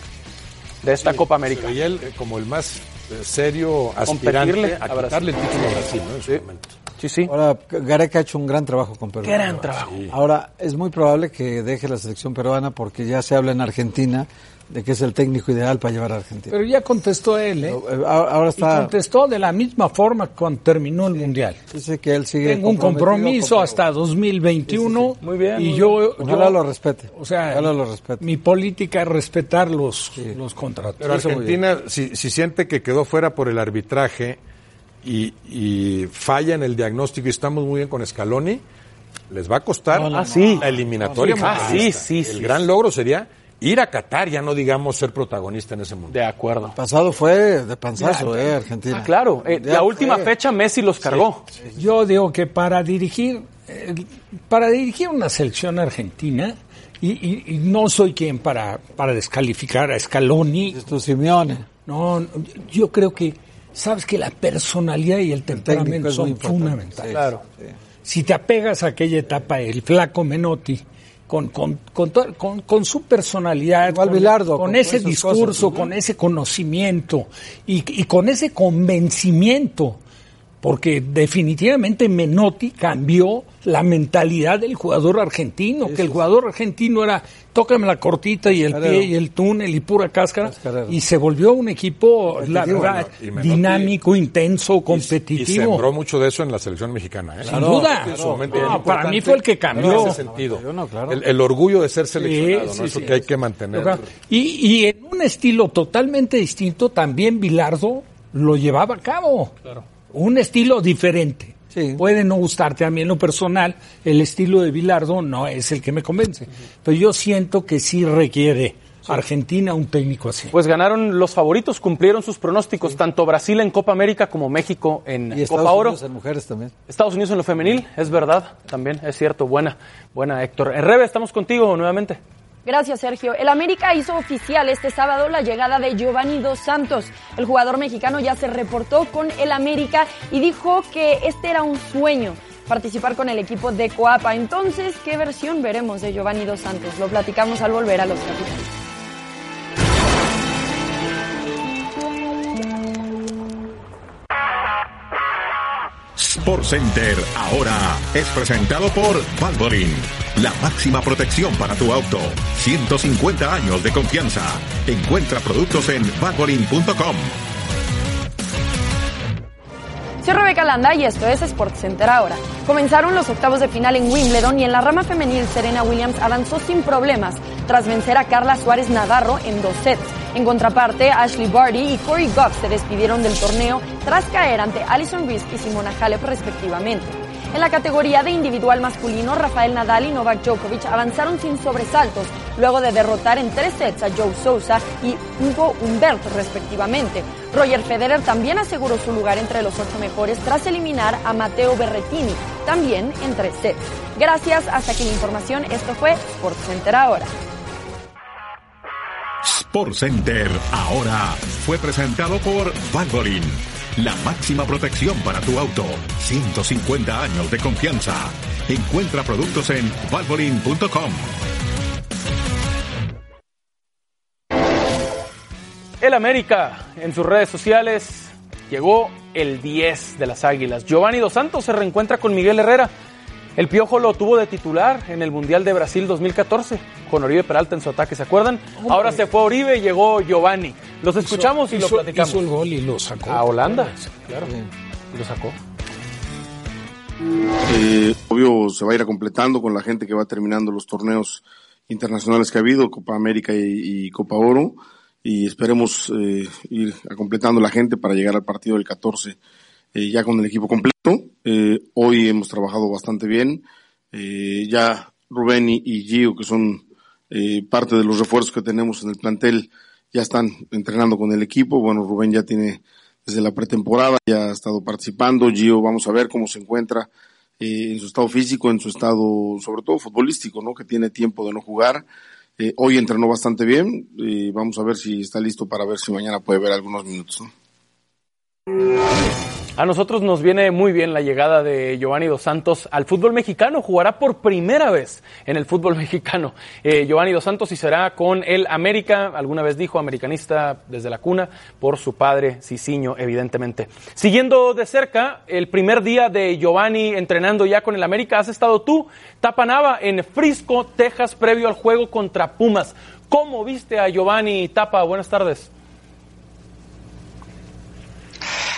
De esta Copa América. Pero y él, eh, como el más eh, este serio aspirante Competirle a, a Brasil. quitarle el título a Brasil, ¿no? En su momento. Sí, sí. Ahora, Gareca ha hecho un gran trabajo con Perú. Gran trabajo. Ahora, es muy probable que deje la selección peruana porque ya se habla en Argentina de que es el técnico ideal para llevar a Argentina. Pero ya contestó él, ¿eh? Eh, ahora ahora Y está. contestó de la misma forma cuando terminó el Mundial. Dice que él sigue. Tengo un comprometido compromiso con Perú. hasta 2021. Muy bien, Y muy yo, Ojalá yo- lo respete. O sea, Ojalá lo respete. mi política es respetar los, los contratos. Pero Argentina, si, si siente que quedó fuera por el arbitraje y, y falla en el diagnóstico y estamos muy bien con Scaloni, les va a costar no, Ah, no. sí. la eliminatoria. Ah, sí, mundialista. sí, sí, El sí. gran logro sería ir a Qatar, ya no digamos ser protagonista en ese mundo. De acuerdo. Pasado fue de panzazo, eh, Argentina. Ah, claro, eh, Ya la última fue. fecha Messi los cargó. Yo digo que para dirigir, eh, para dirigir una selección argentina, y, y- y no soy quien para, para descalificar a Scaloni, Es tu Simeone. no, no, yo creo que, sabes que la personalidad y el temperamento técnico es muy son importante, fundamentales. sí, claro. Si te apegas a aquella etapa, el flaco Menotti, con, con, con, to- con- con su personalidad, Igual con, Bilardo, con con ese todas esas discurso, cosas. con ese conocimiento y, y con ese convencimiento porque definitivamente Menotti cambió la mentalidad del jugador argentino, que el jugador argentino era tócame la cortita y el Cascarero. pie y el túnel y pura cáscara, Cascarero. y se volvió un equipo, la Competitivo, verdad, bueno, y Menotti- dinámico, intenso, competitivo. Y sembró mucho de eso en la selección mexicana. ¿eh? Sin Claro, duda. En su momento No, era para importante mí fue el que cambió. En ese sentido. Yo no, claro. El, el orgullo de ser seleccionado, Sí, ¿no? sí, eso sí, que hay es. que mantener. Y, y en un estilo totalmente distinto, también Bilardo lo llevaba a cabo. Un estilo diferente. Sí. Puede no gustarte a mí en lo personal, el estilo de Bilardo no es el que me convence. Pero yo siento que sí requiere Argentina un técnico así. Pues ganaron los favoritos, cumplieron sus pronósticos, tanto Brasil en Copa América como México en Y Estados Copa Oro. Unidos en mujeres también. Estados Unidos en lo femenil, es verdad, también es cierto. Buena, buena, Héctor. En Rebe, estamos contigo nuevamente. Gracias, Sergio. El América hizo oficial este sábado la llegada de Giovanni Dos Santos. El jugador mexicano ya se reportó con el América y dijo que este era un sueño, participar con el equipo de Coapa. Entonces, ¿qué versión veremos de Giovanni Dos Santos? Lo platicamos al volver a los capitanes. Sport Center ahora es presentado por Valvoline. La máxima protección para tu auto. 150 años de confianza. Encuentra productos en valvoline.com. Soy Rebeca Landa y esto es Sports Center ahora. Comenzaron los octavos de final en Wimbledon y en la rama femenil Serena Williams avanzó sin problemas tras vencer a Carla Suárez Navarro en dos sets. En contraparte, Ashley Barty y Corey Goff se despidieron del torneo tras caer ante Alison Risk y Simona Halep respectivamente. En la categoría de individual masculino, Rafael Nadal y Novak Djokovic avanzaron sin sobresaltos, luego de derrotar en tres sets a Joe Sousa y Hugo Humberto, respectivamente. Roger Federer también aseguró su lugar entre los ocho mejores tras eliminar a Matteo Berrettini, también en tres sets. Gracias, hasta aquí la información. Esto fue Sports Center ahora. Sport Center ahora fue presentado por Valvoline. La máxima protección para tu auto. 150 años de confianza. Encuentra productos en valvoline.com. El América en sus redes sociales llegó el 10 de las Águilas. Giovanni Dos Santos se reencuentra con Miguel Herrera. El Piojo lo tuvo de titular en el Mundial de Brasil 2014 con Oribe Peralta en su ataque, ¿se acuerdan? Ahora se fue Oribe y llegó Giovanni. Los escuchamos y Hizo- lo platicamos. hizo el gol y lo sacó. A Holanda, claro. Sí. Lo sacó. Eh, obvio, se va a ir completando con la gente que va terminando los torneos internacionales que ha habido, Copa América y, y Copa Oro, y esperemos eh, ir completando la gente para llegar al partido del 14 eh, ya con el equipo completo. Eh, hoy hemos trabajado bastante bien, eh, ya Rubén y, y Gio, que son eh, parte de los refuerzos que tenemos en el plantel, ya están entrenando con el equipo. Bueno, Rubén ya tiene desde la pretemporada, ya ha estado participando. Gio, vamos a ver cómo se encuentra eh, en su estado físico, en su estado, sobre todo futbolístico, ¿no? Que tiene tiempo de no jugar. Eh, hoy entrenó bastante bien. y vamos a ver si está listo para ver si mañana puede ver algunos minutos, ¿no? A nosotros nos viene muy bien la llegada de Giovanni Dos Santos al fútbol mexicano. Jugará por primera vez en el fútbol mexicano. Eh, Giovanni Dos Santos y será con el América, alguna vez dijo, americanista desde la cuna, por su padre Ciciño, evidentemente. Siguiendo de cerca, el primer día de Giovanni entrenando ya con el América, has estado tú, Tapanaba, en Frisco, Texas, previo al juego contra Pumas. ¿Cómo viste a Giovanni Tapa? Buenas tardes.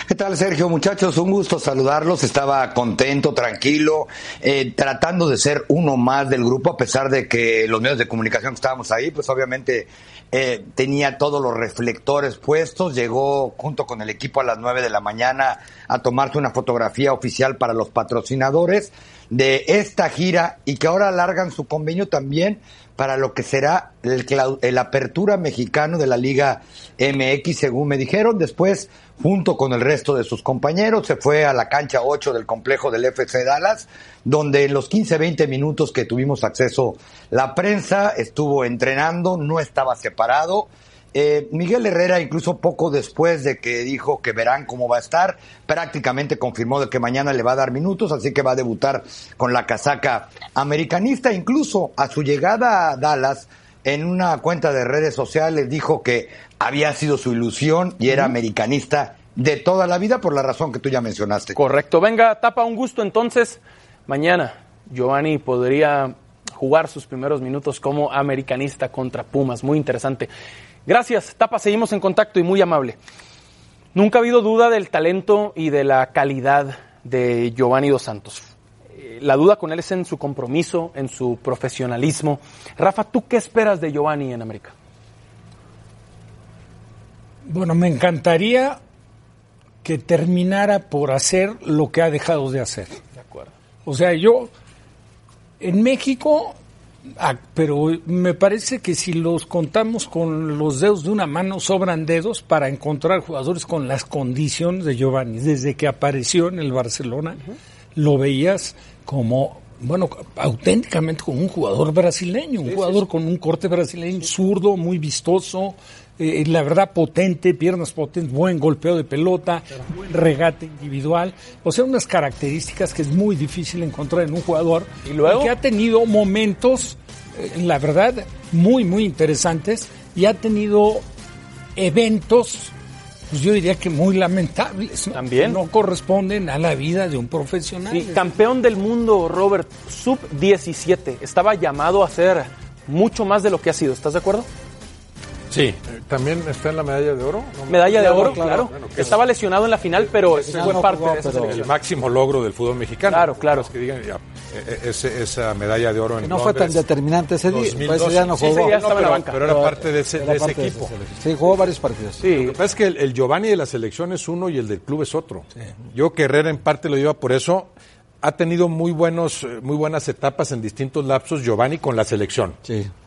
¿Qué tal, Sergio? Muchachos, un gusto saludarlos. Estaba contento, tranquilo, eh, tratando de ser uno más del grupo, a pesar de que los medios de comunicación que estábamos ahí, pues obviamente eh, tenía todos los reflectores puestos. Llegó junto con el equipo a las 9 de la mañana a tomarse una fotografía oficial para los patrocinadores de esta gira y que ahora alargan su convenio también para lo que será el, clau- el apertura mexicano de la Liga MX, según me dijeron. Después, junto con el resto de sus compañeros, se fue a la cancha 8 del complejo del FC Dallas, donde en los 15-20 minutos que tuvimos acceso la prensa estuvo entrenando, no estaba separado. Eh, Miguel Herrera, incluso poco después de que dijo que verán cómo va a estar, prácticamente confirmó de que mañana le va a dar minutos, así que va a debutar con la casaca americanista. Incluso a su llegada a Dallas, en una cuenta de redes sociales dijo que había sido su ilusión y era americanista de toda la vida por la razón que tú ya mencionaste. Correcto. Venga, tapa un gusto entonces. Mañana Giovanni podría jugar sus primeros minutos como americanista contra Pumas. Muy interesante. Gracias, Tapa. Seguimos en contacto y muy amable. Nunca ha habido duda del talento y de la calidad de Giovanni Dos Santos. Eh, La duda con él es en su compromiso, en su profesionalismo. Rafa, ¿tú qué esperas de Giovanni en América? Bueno, me encantaría que terminara por hacer lo que ha dejado de hacer. De acuerdo. O sea, yo en México, ah, pero me parece que si los contamos con los dedos de una mano, sobran dedos para encontrar jugadores con las condiciones de Giovanni. Desde que apareció en el Barcelona, lo veías como, bueno, auténticamente como un jugador brasileño, un jugador con un corte brasileño, zurdo, muy vistoso. eh, la verdad, potente, piernas potentes, buen golpeo de pelota, buen regate individual. O sea, unas características que es muy difícil encontrar en un jugador. Y luego? que ha tenido momentos, eh, la verdad, muy, muy interesantes. Y ha tenido eventos, pues yo diría que muy lamentables. ¿no? También. Que No corresponden a la vida de un profesional. Sí, campeón del mundo, Robert, sub-17. Estaba llamado a ser mucho más de lo que ha sido. ¿Estás de acuerdo? Sí. Eh, ¿También está en la medalla de oro? No me- Medalla de Claro, oro, claro. claro. Bueno, que es- Estaba lesionado en la final, pero Ese Pues fue no parte jugó, de esa pero selección. el máximo logro del fútbol mexicano. Claro, claro. Que digan, ya, eh, ese- esa medalla de oro en No fue tan Londres, determinante ese día. 2012. Pues ese día no Sí, jugó. ese día estaba en la pero- banca. pero era parte de ese- de ese parte equipo. esa selección. sí, jugó varios partidos. Lo que pasa es que el, el Giovanni de la selección es uno y el del club es otro. Yo que Herrera en parte lo lleva por eso. Ha tenido muy buenos, eh, muy buenas etapas en distintos lapsos Giovanni con la selección.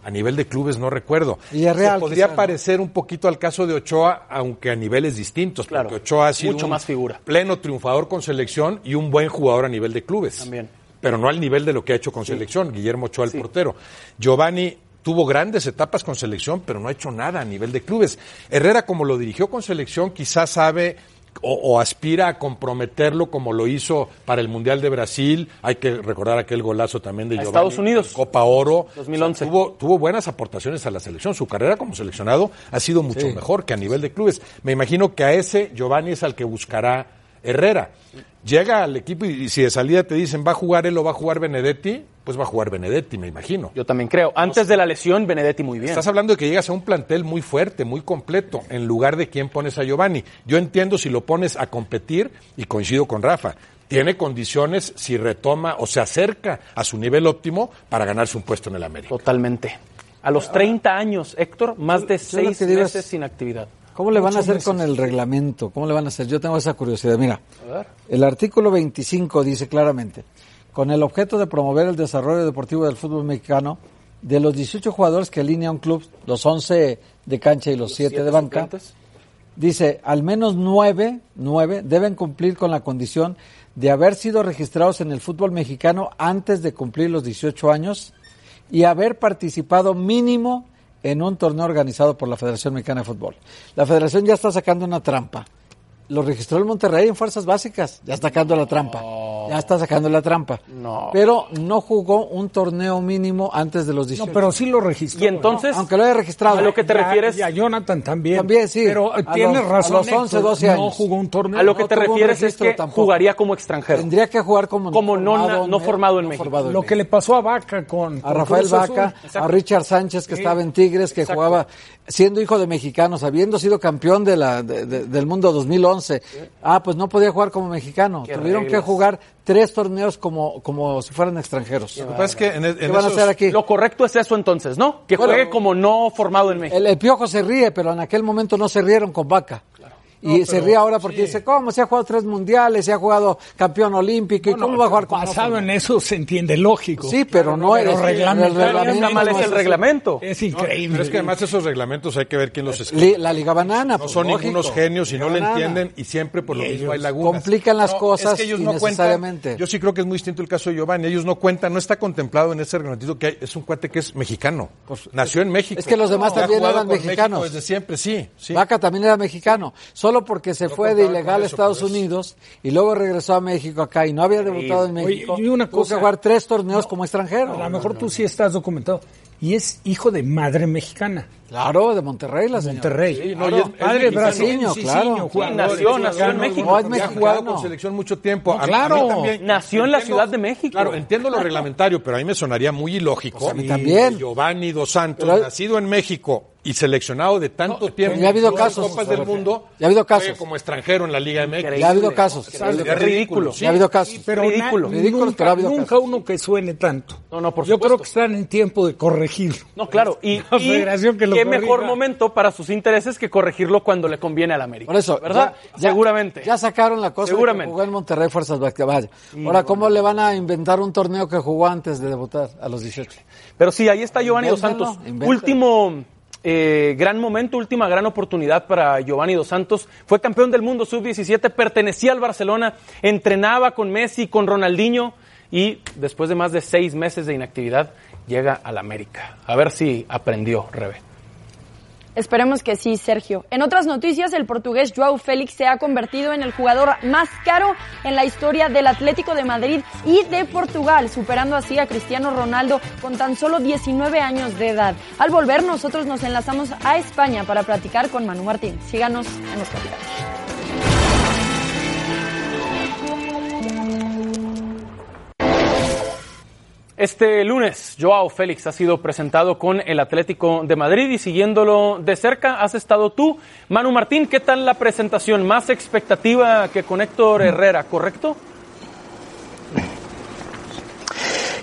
A nivel de clubes no recuerdo. Y es real, Se podría quizá, ¿no? parecer un poquito al caso de Ochoa, aunque a niveles distintos, porque Ochoa ha sido mucho un más figura. pleno triunfador con selección y un buen jugador a nivel de clubes. También. Pero no al nivel de lo que ha hecho con selección, Guillermo Ochoa, el portero. Giovanni tuvo grandes etapas con selección, pero no ha hecho nada a nivel de clubes. Herrera, como lo dirigió con selección, quizás sabe o, o aspira a comprometerlo como lo hizo para el Mundial de Brasil. Hay que recordar aquel golazo también de A Giovanni. Estados Unidos. Copa Oro. 2011. O sea, tuvo, tuvo buenas aportaciones a la selección. Su carrera como seleccionado ha sido mucho mejor que a nivel de clubes. Me imagino que a ese Giovanni es al que buscará Herrera. Llega al equipo y, y si de salida te dicen va a jugar él o va a jugar Benedetti, pues va a jugar Benedetti, me imagino. Yo también creo. Antes de la lesión, Benedetti muy bien. Estás hablando de que llegas a un plantel muy fuerte, muy completo, en lugar de quién pones a Giovanni. Yo entiendo si lo pones a competir y coincido con Rafa. Tiene condiciones si retoma o se acerca a su nivel óptimo para ganarse un puesto en el América. Totalmente. A los 30 años, Héctor, más de lo seis que digo es- meses sin actividad. ¿Cómo le van a Ocho hacer meses. con el reglamento? ¿Cómo le van a hacer? Yo tengo esa curiosidad. Mira, A ver. el artículo 25 dice claramente, con el objeto de promover el desarrollo deportivo del fútbol mexicano, de los 18 jugadores que alinea un club, los 11 de cancha y los, 7, siete de banca, suplentes. dice, al menos 9, deben cumplir con la condición de haber sido registrados en el fútbol mexicano antes de cumplir los 18 años y haber participado mínimo en un torneo organizado por la Federación Mexicana de Fútbol. La federación ya está sacando una trampa. Lo registró el Monterrey en Fuerzas Básicas. Ya está sacando la trampa. Ya está sacando la trampa. No. Pero no jugó un torneo mínimo antes de los 18. No, pero sí lo registró. Y entonces, Aunque lo haya registrado. a lo que te Ya- refieres, Y a Jonathan también. También, sí. Pero eh, A tienes los- a razón. los 11, Héctor, 12 No años. jugó un torneo. a lo que no te tuvo un refieres es registro que tampoco. jugaría como extranjero. Tendría que jugar como, Como no na- no en- formado en México. en Lo que le pasó a Vaca con. a con Rafael Cruz Azul. Vaca, a Richard Sánchez que estaba en Tigres, que jugaba siendo hijo de mexicanos, habiendo sido campeón de la, de- de- del mundo 2011. Ah, pues no podía jugar como mexicano. Qué Tuvieron reglas. que jugar tres torneos como, como si fueran extranjeros. Lo que pasa es que e-, en, en ¿Qué van a esos- hacer aquí? Lo correcto es eso entonces, ¿no? Que Bueno, juegue como no formado en México. El, el piojo se ríe, pero en aquel momento no se rieron con Vaca. Y se ríe ahora porque dice, ¿cómo? Se ha jugado tres mundiales, se ha jugado campeón olímpico, ¿y Bueno, cómo va a jugar con Basado en eso se entiende lógico. Sí, pero no Pero es- reglamento- el Está mal es no el así. reglamento. Es No, increíble. Pero es que además esos reglamentos hay que ver quién los escribe. Li- La Liga Banana. No pues, son lógico. ningunos genios y no le Banana. entienden y siempre por lo mismo hay lagunas. complican las cosas innecesariamente. cuentan. Yo sí creo que es muy distinto el caso de Giovanni. Ellos no cuentan, no está contemplado en ese reglamento que hay. Es un cuate que es mexicano. Nació en México. Pues, es que los demás Que ha también jugado eran con mexicanos. México desde siempre, sí. sí. Vaca también era mexicano. solo porque se fue de ilegal a Estados Unidos y luego regresó a México acá y no había debutado en México. Oye, y una Tuvo que cosa- jugar tres torneos como extranjero. A lo mejor tú sí estás documentado. Y es hijo de madre mexicana. Claro, de Monterrey, la señora. Monterrey. Sí, No, y es- es padre mexicano. brasileño, claro. Sí, jugador, nació, es nació en mexicano, México. no, es Ya ha mexicano. jugado con selección mucho tiempo. No, claro. Nació en la Ciudad de México. Claro, entiendo lo reglamentario, pero a mí me sonaría muy ilógico. Pues a mí Y también. Giovanni Dos Santos, Pero- nacido en México y seleccionado de tanto tiempo. ya ha habido en todas las casos, Copas se del refiere. mundo. Ya ha habido juegue casos. Como extranjero en la Liga MX. Ya ha habido casos. Ya ha habido Es casos. ridículo. Ya ha habido casos. Pero Ridículo. ridículo. Ridículo, nunca, pero ha habido nunca casos. uno que suene tanto. No, no, por Yo supuesto. creo que están en tiempo de corregirlo. No, claro. Y, La y federación que lo qué corrija. mejor momento para sus intereses que corregirlo cuando le conviene al América. Por eso, ¿verdad? ya- ya- Seguramente. Ya sacaron la cosa de que Seguramente. jugó en Monterrey Fuerzas Básicas. Vaya. Ahora, ¿cómo le van a inventar un torneo que jugó antes de debutar a los 18? Pero sí, ahí está Giovanni Dos Invéntalo, Santos. invéntalo. Último eh, gran momento, última gran oportunidad para Giovanni Dos Santos. Fue campeón del mundo sub-17, pertenecía al Barcelona, entrenaba con Messi, con Ronaldinho y después de más de seis meses de inactividad llega al América. A ver si aprendió, Rebe. Esperemos que sí, Sergio. En otras noticias, el portugués Joao Félix se ha convertido en el jugador más caro en la historia del Atlético de Madrid y de Portugal, superando así a Cristiano Ronaldo con tan solo 19 años de edad. Al volver, nosotros nos enlazamos a España para platicar con Manu Martín. Síganos en los capitales. Este lunes, Joao Félix ha sido presentado con el Atlético de Madrid y siguiéndolo de cerca has estado tú. Manu Martín, ¿qué tal la presentación? Más expectativa que con Héctor Herrera, ¿correcto?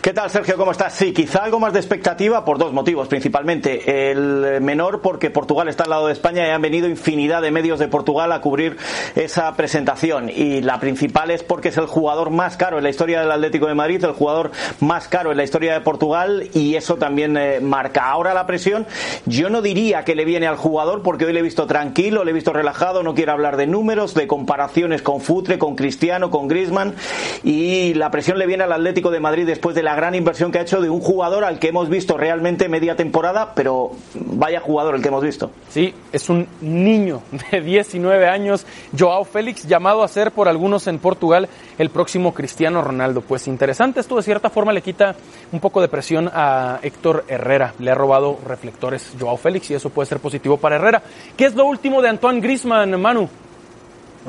¿Qué tal, Sergio? ¿Cómo estás? Sí, quizá algo más de expectativa por dos motivos principalmente. El menor, porque Portugal está al lado de España y han venido infinidad de medios de Portugal a cubrir esa presentación. Y la principal es porque es el jugador más caro en la historia del Atlético de Madrid, el jugador más caro en la historia de Portugal y eso también eh, marca. Ahora la presión, yo no diría que le viene al jugador porque hoy le he visto tranquilo, le he visto relajado, no quiere hablar de números, de comparaciones con Futre, con Cristiano, con Griezmann y la presión le viene al Atlético de Madrid después de la gran inversión que ha hecho de un jugador al que hemos visto realmente media temporada, pero vaya jugador el que hemos visto. Sí, es un niño de 19 años, Joao Félix, llamado a ser por algunos en Portugal el próximo Cristiano Ronaldo. Pues interesante, esto de cierta forma le quita un poco de presión a Héctor Herrera. Le ha robado reflectores Joao Félix y eso puede ser positivo para Herrera. ¿Qué es lo último de Antoine Grisman, Manu?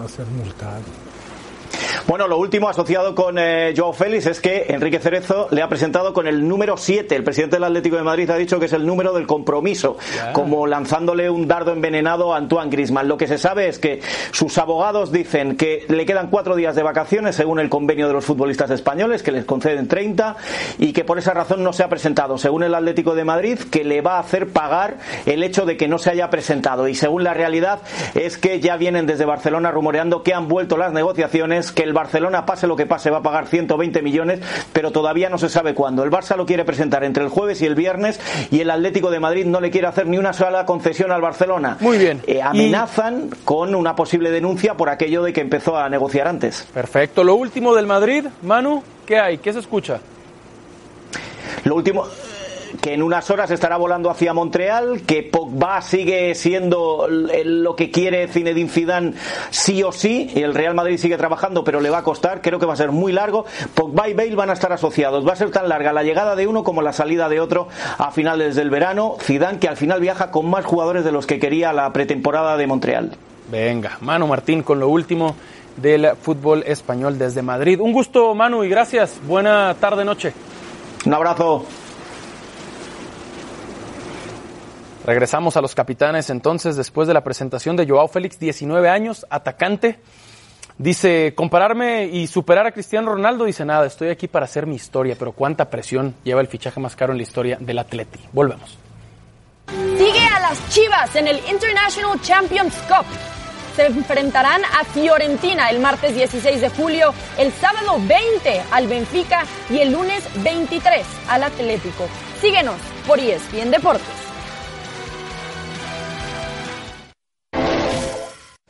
Va a ser multado. Bueno, lo último asociado con eh, Joao Félix es que Enrique Cerezo le ha presentado con el número 7. El presidente del Atlético de Madrid ha dicho que es el número del compromiso, como lanzándole un dardo envenenado a Antoine Griezmann. Lo que se sabe es que sus abogados dicen que le quedan cuatro días de vacaciones según el convenio de los futbolistas españoles, que les conceden 30, y que por esa razón no se ha presentado. Según el Atlético de Madrid, que le va a hacer pagar el hecho de que no se haya presentado. Y según la realidad es que ya vienen desde Barcelona rumoreando que han vuelto las negociaciones, que el Barcelona, pase lo que pase, va a pagar 120 millones, pero todavía no se sabe cuándo. El Barça lo quiere presentar entre el jueves y el viernes y el Atlético de Madrid no le quiere hacer ni una sola concesión al Barcelona. Muy bien. Eh, amenazan con una posible denuncia por aquello de que empezó a negociar antes. Perfecto, lo último del Madrid, Manu, ¿qué hay? ¿Qué se escucha? Lo último que en unas horas estará volando hacia Montreal, que Pogba sigue siendo l- lo que quiere Zinedine Zidane sí o sí, el Real Madrid sigue trabajando, pero le va a costar, creo que va a ser muy largo. Pogba y Bale van a estar asociados, va a ser tan larga la llegada de uno como la salida de otro a finales del verano. Zidane que al final viaja con más jugadores de los que quería la pretemporada de Montreal. Venga, Manu Martín con lo último del fútbol español desde Madrid. Un gusto, Manu, y gracias. Buena tarde, noche. Un abrazo. Regresamos a los capitanes entonces después de la presentación de Joao Félix, 19 años, atacante. Dice, compararme y superar a Cristiano Ronaldo, dice nada, estoy aquí para hacer mi historia, pero cuánta presión lleva el fichaje más caro en la historia del Atleti. Volvemos. Sigue a las Chivas en el International Champions Cup. Se enfrentarán a Fiorentina el martes 16 de julio, el sábado 20 al Benfica y el lunes 23 al Atlético. Síguenos por E ESPN Deportes.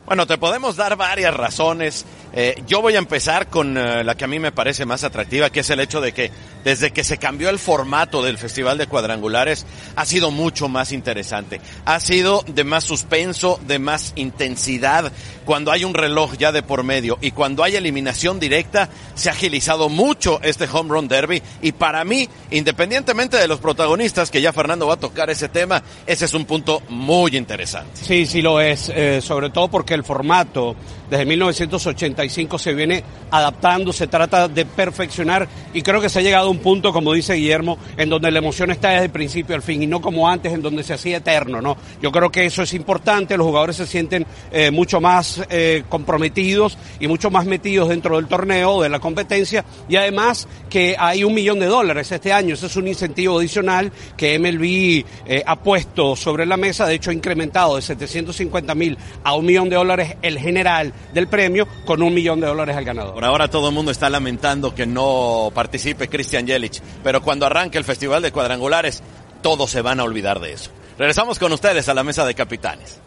Bueno, te podemos dar varias razones Eh, yo voy a empezar con eh, la que a mí me parece más atractiva, que es el hecho de que desde que se cambió el formato del Festival de Cuadrangulares ha sido mucho más interesante. Ha sido de más suspenso, de más intensidad. Cuando hay un reloj ya de por medio y cuando hay eliminación directa, se ha agilizado mucho este home run derby. Y para mí, independientemente de los protagonistas, que ya Fernando va a tocar ese tema, ese es un punto muy interesante. Sí, sí lo es, eh, sobre todo porque el formato desde 1985 se viene adaptando, se trata de perfeccionar y creo que se ha llegado a un punto, como dice Guillermo, en donde la emoción está desde el principio al fin y no como antes, en donde se hacía eterno, ¿no? Yo creo que eso es importante, los jugadores se sienten eh, mucho más eh, comprometidos y mucho más metidos dentro del torneo, de la competencia y además que hay un millón de dólares este año, ese es un incentivo adicional que MLB eh, ha puesto sobre la mesa, de hecho ha incrementado de 750 mil a un millón de dólares el general del premio con un millón de dólares al ganador. Por ahora todo el mundo está lamentando que no participe Christian Yelich, pero cuando arranque el Festival de Cuadrangulares, todos se van a olvidar de eso. Regresamos con ustedes a la mesa de capitanes.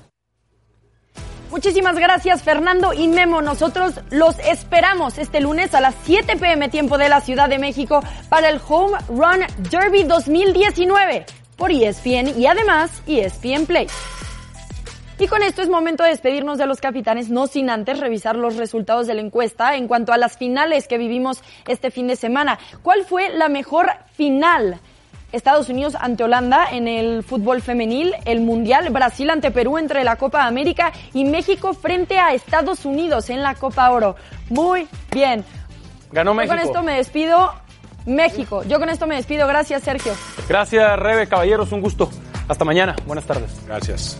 Muchísimas gracias Fernando y Memo. Nosotros los esperamos este lunes a las 7 pm tiempo de la Ciudad de México para el Home Run Derby 2019 por E ESPN y además E ESPN Play. Y con esto es momento de despedirnos de los capitanes, no sin antes revisar los resultados de la encuesta en cuanto a las finales que vivimos este fin de semana. ¿Cuál fue la mejor final? Estados Unidos ante Holanda en el fútbol femenil, el Mundial, Brasil ante Perú entre la Copa América y México frente a Estados Unidos en la Copa Oro. Muy bien. Ganó México. Yo con esto me despido. México. Yo con esto me despido. Gracias, Sergio. Gracias, Rebe, caballeros, un gusto. Hasta mañana. Buenas tardes. Gracias.